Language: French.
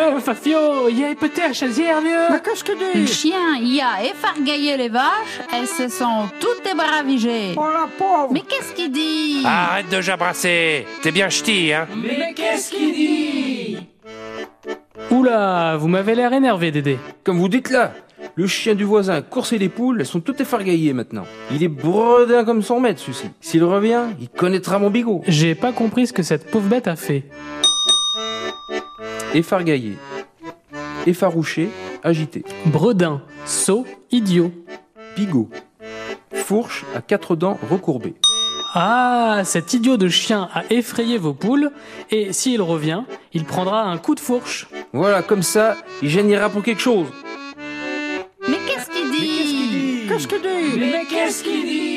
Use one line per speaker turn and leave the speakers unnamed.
Euh, Fafio, il y a peut-être chazière, vieux.
qu'est-ce que
Le
dis
chien y a effargaillé les vaches, elles se sont toutes débaravigées.
Oh la pauvre
Mais qu'est-ce qu'il dit
Arrête de jabrasser. T'es bien ch'ti, hein
Mais qu'est-ce qu'il dit Oula, vous m'avez l'air énervé, Dédé.
Comme vous dites là, le chien du voisin a coursé les poules, elles sont toutes effargaillées maintenant. Il est bredin comme son maître, celui-ci. S'il revient, il connaîtra mon bigot.
J'ai pas compris ce que cette pauvre bête a fait.
Effargaillé, effarouché, agité.
Bredin, sot, idiot.
Bigot, fourche à quatre dents recourbées.
Ah, cet idiot de chien a effrayé vos poules, et s'il revient, il prendra un coup de fourche.
Voilà, comme ça, il gênera pour quelque chose.
Mais qu'est-ce qu'il dit
Qu'est-ce que dis
Mais qu'est-ce qu'il dit